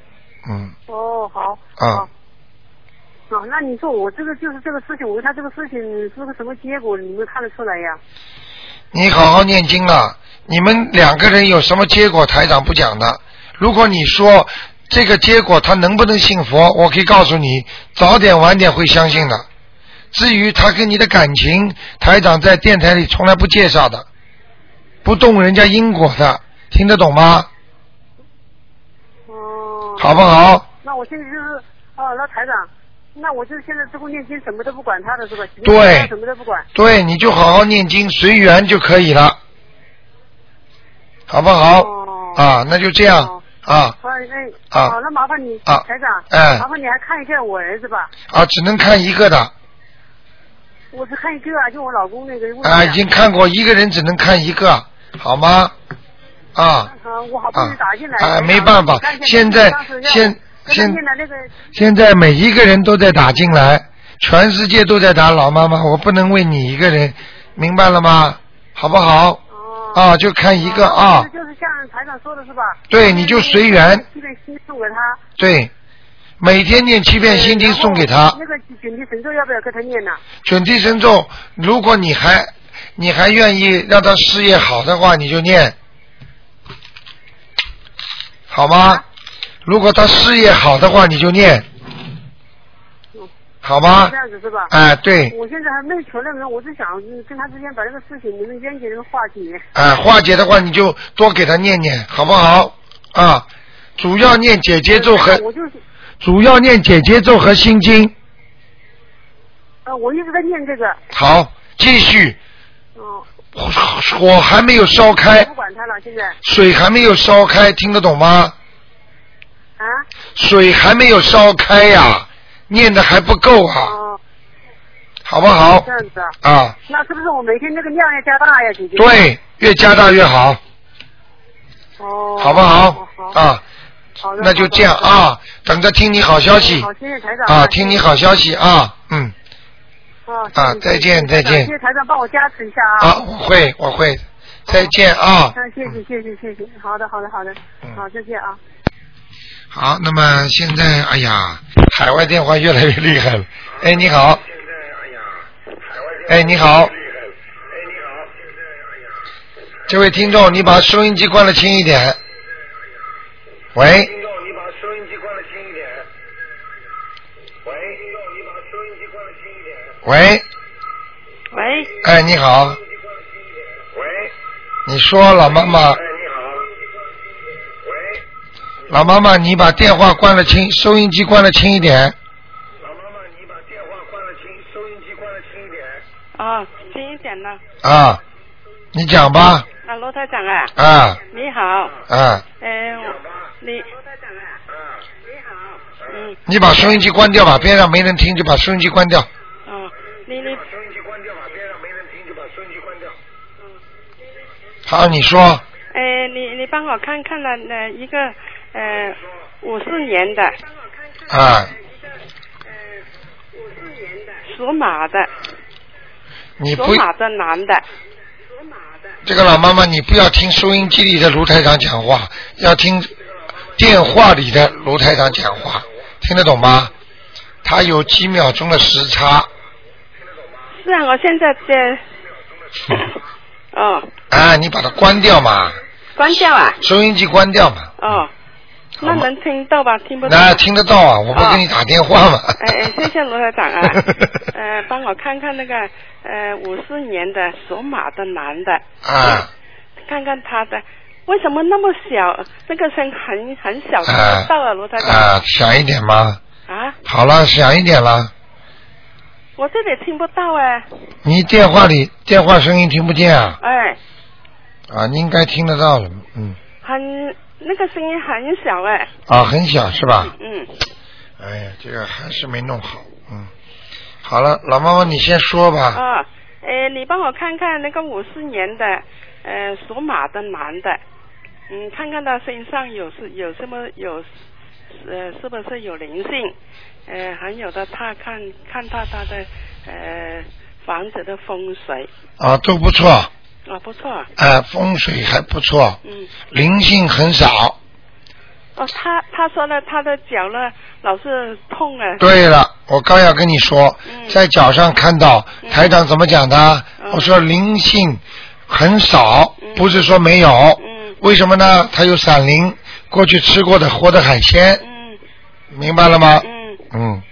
嗯，哦，好，啊好。啊，那你说我这个就是这个事情，我说他这个事情是个什么结果，你们看得出来呀？你好好念经了。你们两个人有什么结果，台长不讲的。如果你说这个结果他能不能信佛，我可以告诉你，早点晚点会相信的。至于他跟你的感情，台长在电台里从来不介绍的，不动人家因果的，听得懂吗？哦，好不好？那我现在就是，哦，那台长，那我就是现在这个念经什么都不管他的是吧？对什么都不管。对，你就好好念经，随缘就可以了，好不好？哦。啊，那就这样哦啊好，那啊哎好，那麻烦你，啊台长，哎麻烦你还看一下我儿子吧，啊，只能看一个的。啊我只看一个啊，就我老公那个问题啊，已经看过，一个人只能看一个，好吗？啊啊，我好不容易啊打进来，啊，台长没办法你看一，下现在上次让我现跟他现念的那个，现在每一个人都在打进来，全世界都在打老妈妈，我不能为你一个人，明白了吗？好不好？哦，啊，就看一个啊，就是像台长说的是吧？对你就随缘，一本心送给他，对，每天念七遍心经送给哎然他后，那个准提神咒要不要给他念呢？准提神咒，如果你还你还愿意让他事业好的话，你就念，好吗？如果他事业好的话，你就念，好吗这？样子是吧？哎，对，我现在还没有求那个，我是想嗯跟他之间把这个事情能不能冤结能化解。哎，化解的话你就多给他念念，好不好？啊，主要念姐姐咒和我就是主要念姐姐咒和心经，呃，我一直在念这个，好，继续，嗯，火还没有烧我开不，管他了，现在水还没有烧开，听得懂吗？啊，水还没有烧开呀、念的还不够啊，哦，好不好这？样子啊，啊，那是不是我每天那个量要加大呀，姐姐？，对，越加大越好，哦，好不好好？好，啊，好的那就这样。好的啊，等着听你好消息好，谢谢台长啊，听你好消息啊，嗯，啊啊再见再见谢谢台长帮我加持一下啊，我会我会，再见啊。啊，谢谢谢谢谢谢，好的好的好的嗯，好再见啊。好，那么现在，哎呀，海外电话越来越厉害了。哎，你好。哎，你好。这位听众，你把收音机关的轻一点。喂。哎听众，你把收音机关的轻一点。喂。听众，你把收音机关的轻一点。喂。喂，哎，你好。喂。你说老妈妈。哎老妈妈，你把电话关了轻，收音机关了轻一点。啊，轻一点呢，啊，你讲吧。啊、啊，罗台长啊。啊。你好。啊。哎，我你。啊嗯，你把收音机关掉吧，边上没人听就把收音机关掉。哦，你你好，你说哎，你你帮我看看了那一个呃五四年的啊，属马的，你属不马的男的，这个老妈妈，你不要听收音机里的卢台长讲话，要听电话里的卢台长讲话，听得懂吗？他有几秒钟的时差，是啊，我现在 *laughs* 在。哦，啊，你把它关掉嘛，关掉啊。收音机关掉嘛，哦，那能听到吧？听不到。那听得到啊，我不哦给你打电话嘛。哎哎，谢谢罗台长 *laughs* 啊，呃，帮我看看那个呃五四年的属马的男的，啊看看他的为什么那么小，那个声很很小听啊不到啊，罗台长啊，响一点嘛，啊，好了，响一点了。我这里听不到哎，你电话里电话声音听不见啊？哎，啊，你应该听得到了，嗯，很那个声音很小哎，啊，很小是吧？嗯，哎呀，这个还是没弄好，嗯，好了，老妈妈你先说吧，啊，哎，你帮我看看那个五四年的呃属马的男的，嗯，看看他身上有是有什么有呃是不是有灵性，呃，还有的他看看他他的呃房子的风水啊，都不错，啊不错，啊，风水还不错，嗯，灵性很少。哦他他说了他的脚呢老是痛啊，对了，我刚要跟你说，在脚上看到台长怎么讲的，我说灵性很少，不是说没有，为什么呢？它有闪灵，过去吃过的活的海鲜，明白了吗？嗯，嗯，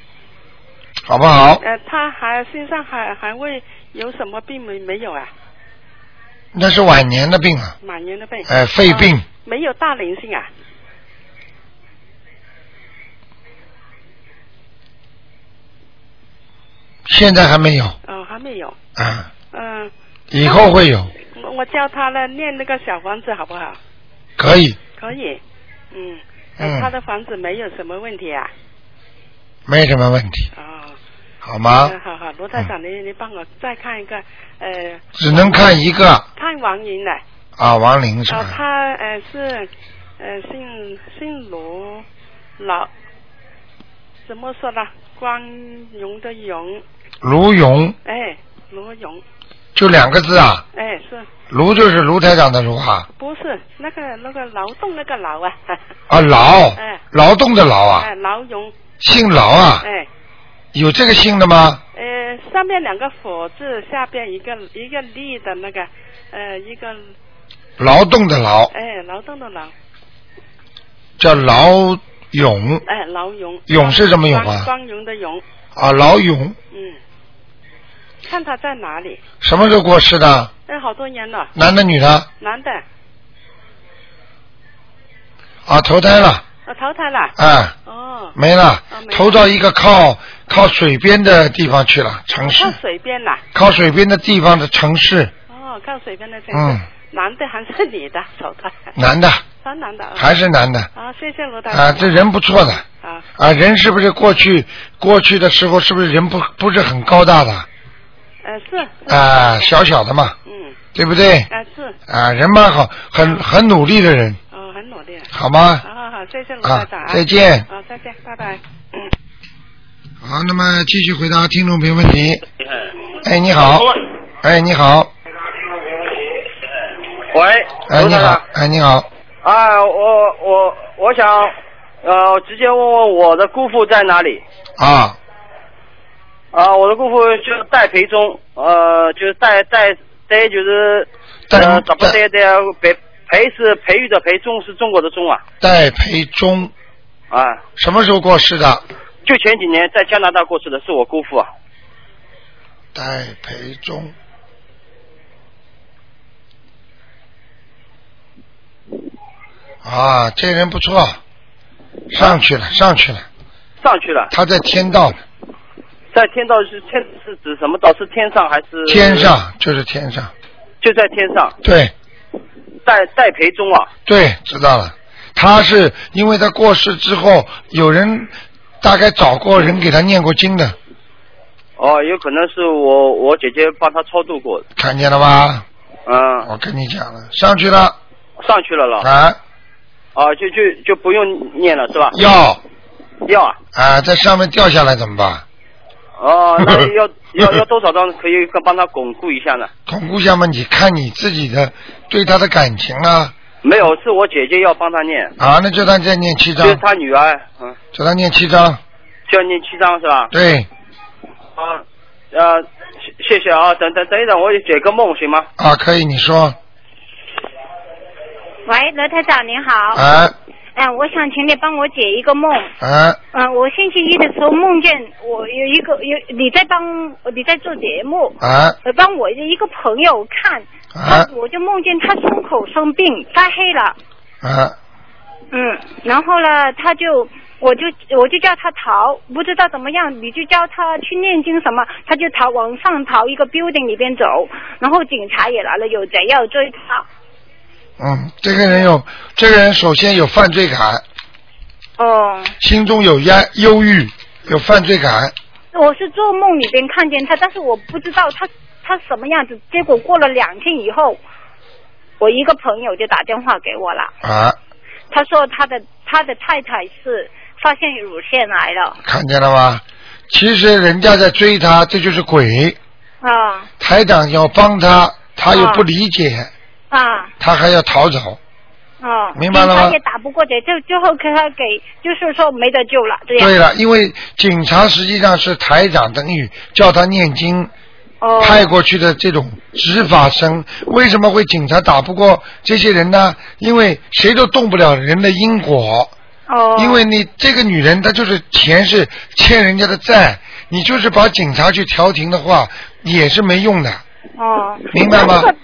好不好？呃他还身上还还会有什么病没没有啊？那是晚年的病了，满年的病，哎肺病啊没有大灵性啊。现在还没有哦，还没有。啊，嗯。以后会有，我我教他呢，念那个小房子好不好？可以，可以。嗯。嗯他的房子没有什么问题啊。没什么问题，哦。好吗嗯？好好，罗台长，你你帮我再看一个，呃。只能看一个看王云的，啊，亡灵是哦，吧？他呃是呃姓姓罗，老怎么说呢？光荣的荣，卢勇哎，罗荣，就两个字啊，哎是。卢就是卢台长的卢啊。不是那个那个劳动那个劳啊。啊，劳哎，劳动的劳啊，哎，劳荣。姓劳啊，哎，有这个姓的吗？呃，上面两个火字，下边一个一个力的那个，呃，一个劳动的劳哎，劳动的劳，叫劳勇哎，劳荣。嗯勇是什么勇啊光光荣的荣，啊，劳勇嗯。看他在哪里？什么时候过世的？哎，好多年了，男的女的？男的，啊，投胎了，我淘汰了。啊，哦，没了哦没，了投到一个靠靠水边的地方去了，城市靠水边了。靠水边的地方的城市，哦，靠水边的城市。嗯，男的还是女的？淘汰。男的他男的。哦还是男的啊，谢谢罗大啊，这人不错的啊，啊，人是不是过去过去的时候是不是人不不是很高大的呃，是。是啊，小小的嘛，嗯，对不对？啊是，啊，人蛮好，很很努力的人，哦，很努力。好吗？好好好，谢谢罗啊台长，再见。好，再见，拜拜。嗯。好，那么继续回答听众朋友问题。哎，你好好，哎，你好，喂，哎，卢你台好长，哎，你好，啊，我我我想，呃，直接问问我的姑父在哪里？啊，啊，我的姑父就是戴培忠，呃，就是戴戴戴就是戴呃，怎么戴戴戴培培是培育的培，忠是中国的忠啊戴培忠啊！什么时候过世的？就前几年在加拿大过世的是我姑父啊，戴培忠，啊，这人不错，上去了，上去了，上去了，他在天道了，在天道是天是指什么道？是天上还是天？上就是天上，就在天上。对，戴戴培忠啊，对，知道了。他是因为他过世之后，有人大概找过人给他念过经的，哦，有可能是我我姐姐帮他超度过，看见了吧？嗯，我跟你讲了，上去了上去了了，啊，啊，就就就不用念了是吧？要要啊，啊，在上面掉下来怎么办？哦， *laughs* 那要要要多少张可以帮他巩固一下呢？巩固下嘛，你看你自己的对他的感情啊，没有，是我姐姐要帮他念，啊，那就让他再念七就章是，他女儿，嗯，叫他念七章，就要念七张是吧？对，啊，呃，谢谢谢啊，等等等一等，我解个梦行吗？啊，可以，你说，喂，罗台长您好。啊嗯、我想请你帮我解一个梦。啊，嗯、我星期一的时候梦见我有一个有你在帮你在做节目，啊呃，帮我的一个朋友看，啊我就梦见他胸口生病发黑了，啊嗯，然后呢，他就我就我就叫他逃，不知道怎么样，你就叫他去念经什么，他就逃往上逃一个 building 里边走，然后警察也来了，有贼要追他，嗯，这个人有，这个人首先有犯罪感，哦。心中有压忧郁，有犯罪感，我是做梦里边看见他，但是我不知道他他什么样子。结果过了两天以后，我一个朋友就打电话给我了，啊，他说他的他的太太是发现乳腺癌了看见了吧？其实人家在追他，这就是鬼。啊台长要帮他，他又啊不理解，啊他还要逃走。啊！明白了吗他也打不过这，就最后给他给就是说没得救了，这样。对了，因为警察实际上是台长等于叫他念经哦派过去的这种执法生，为什么会警察打不过这些人呢？因为谁都动不了人的因果。哦，因为你这个女人她就是前世欠人家的债，你就是把警察去调停的话也是没用的，哦，明白吗那这个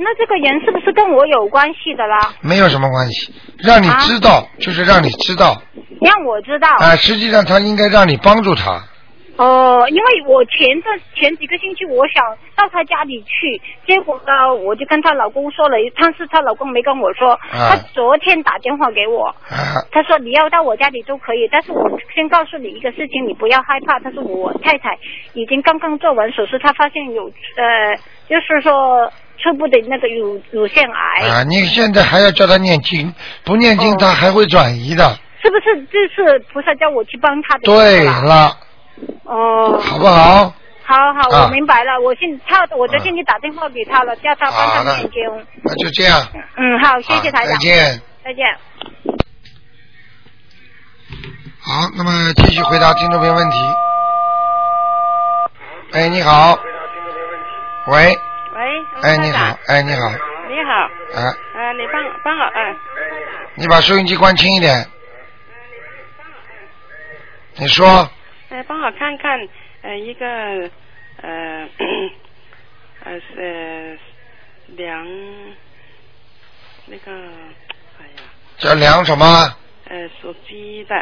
那这个人是不是跟我有关系的啦？没有什么关系。让你知道、啊就是让你知道，让我知道。啊、实际上他应该让你帮助他，啊哦，因为我前段前几个星期我想到她家里去，结果呢，我就跟她老公说了，但是她老公没跟我说。她昨天打电话给我，啊，她说你要到我家里都可以，但是我先告诉你一个事情，你不要害怕。她说我太太已经刚刚做完手术，她发现有呃，就是说初步的那个乳乳腺癌，啊，你现在还要叫他念经，不念哦经他还会转移的。是不是就是菩萨叫我去帮她的？对了，哦，好不好？好好，啊我明白了。我现他，我昨天就打电话给他了，叫他帮他念经。那就这样，嗯，好，谢谢台长。再见。再见。好，那么继续回答听众朋友问题。哎，你好。喂，喂，卢哎，台你长好，哎，你好，你好，啊，呃，你帮帮我，呃，你把收音机关轻一点。你说，呃，帮我看看，呃，一个，呃，呃 *coughs* 是梁，那个，哎呀，这梁什么呃，属鸡的，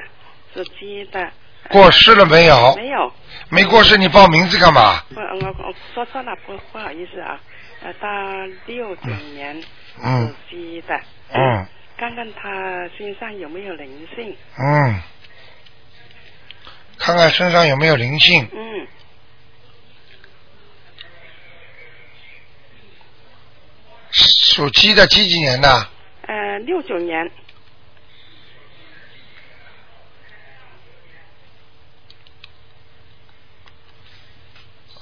属鸡的。呃过世了没有？没有，没过世，你报名字干嘛？我我我说错了，不不好意思啊，呃，他六九年嗯属鸡的，嗯看看他身上有没有灵性，嗯，看看身上有没有灵性。嗯，属鸡的几几年的？啊呃，六九年，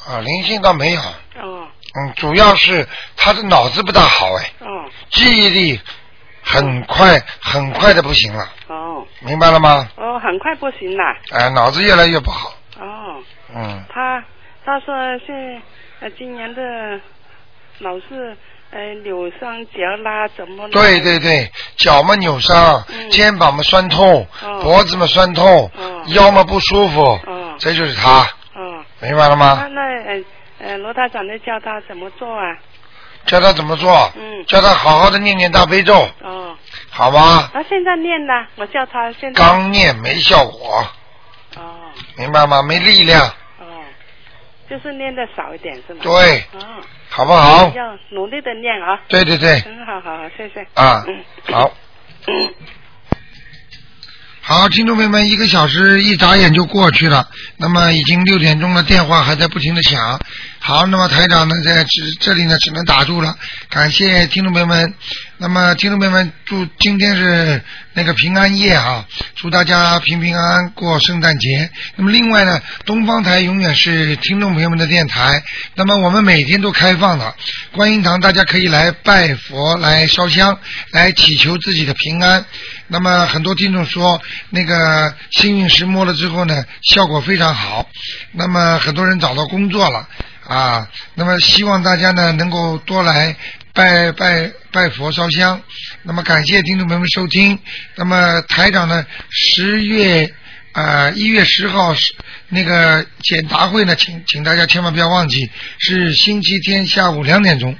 啊，灵性倒没有。哦嗯，主要是他的脑子不大好哎，哦记忆力很快很快的不行了，哦明白了吗？哦，很快不行了，哎，脑子越来越不好。哦，嗯，他他说现呃今年的老是呃扭伤脚啦，怎么了对对对，脚嘛扭伤，嗯肩膀嘛酸痛，哦脖子嘛酸痛，嗯腰嘛不舒服，哦这就是他，哦，明白了那吗？那呃呃罗大长在教他怎么做啊？教他怎么做？嗯教他好好的念念大悲咒，哦，好吗？他现在念呢，我叫他现在刚念没效果，哦明白吗？没力量，哦就是念的少一点是吗？对啊，好不好？要努力的念啊。对对对嗯，好好好，谢谢。啊嗯，好。好，听众朋友们，一个小时一眨眼就过去了。那么已经六点钟了，电话还在不停的响。好，那么台长呢，在只这里呢只能打住了。感谢听众朋友们。那么听众朋友们，祝今天是那个平安夜啊，祝大家平平安安过圣诞节。那么另外呢，东方台永远是听众朋友们的电台。那么我们每天都开放的观音堂，大家可以来拜佛、来烧香、来祈求自己的平安。那么很多听众说，那个幸运石摸了之后呢，效果非常好。那么很多人找到工作了啊。那么希望大家呢能够多来拜拜拜佛烧香。那么感谢听众朋友们收听。那么台长呢，十月啊一、1月十号是那个简答会呢，请请大家千万不要忘记，是星期天下午两点钟。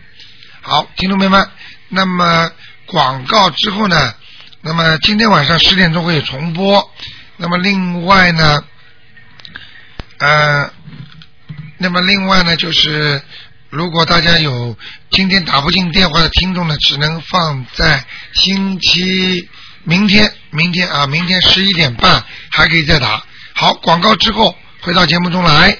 好，听众朋友们，那么广告之后呢，那么今天晚上十点钟会有重播。那么另外呢，呃，那么另外呢，就是如果大家有今天打不进电话的听众呢，只能放在星期明天，明天啊，明天十一点半还可以再打。好，广告之后回到节目中来。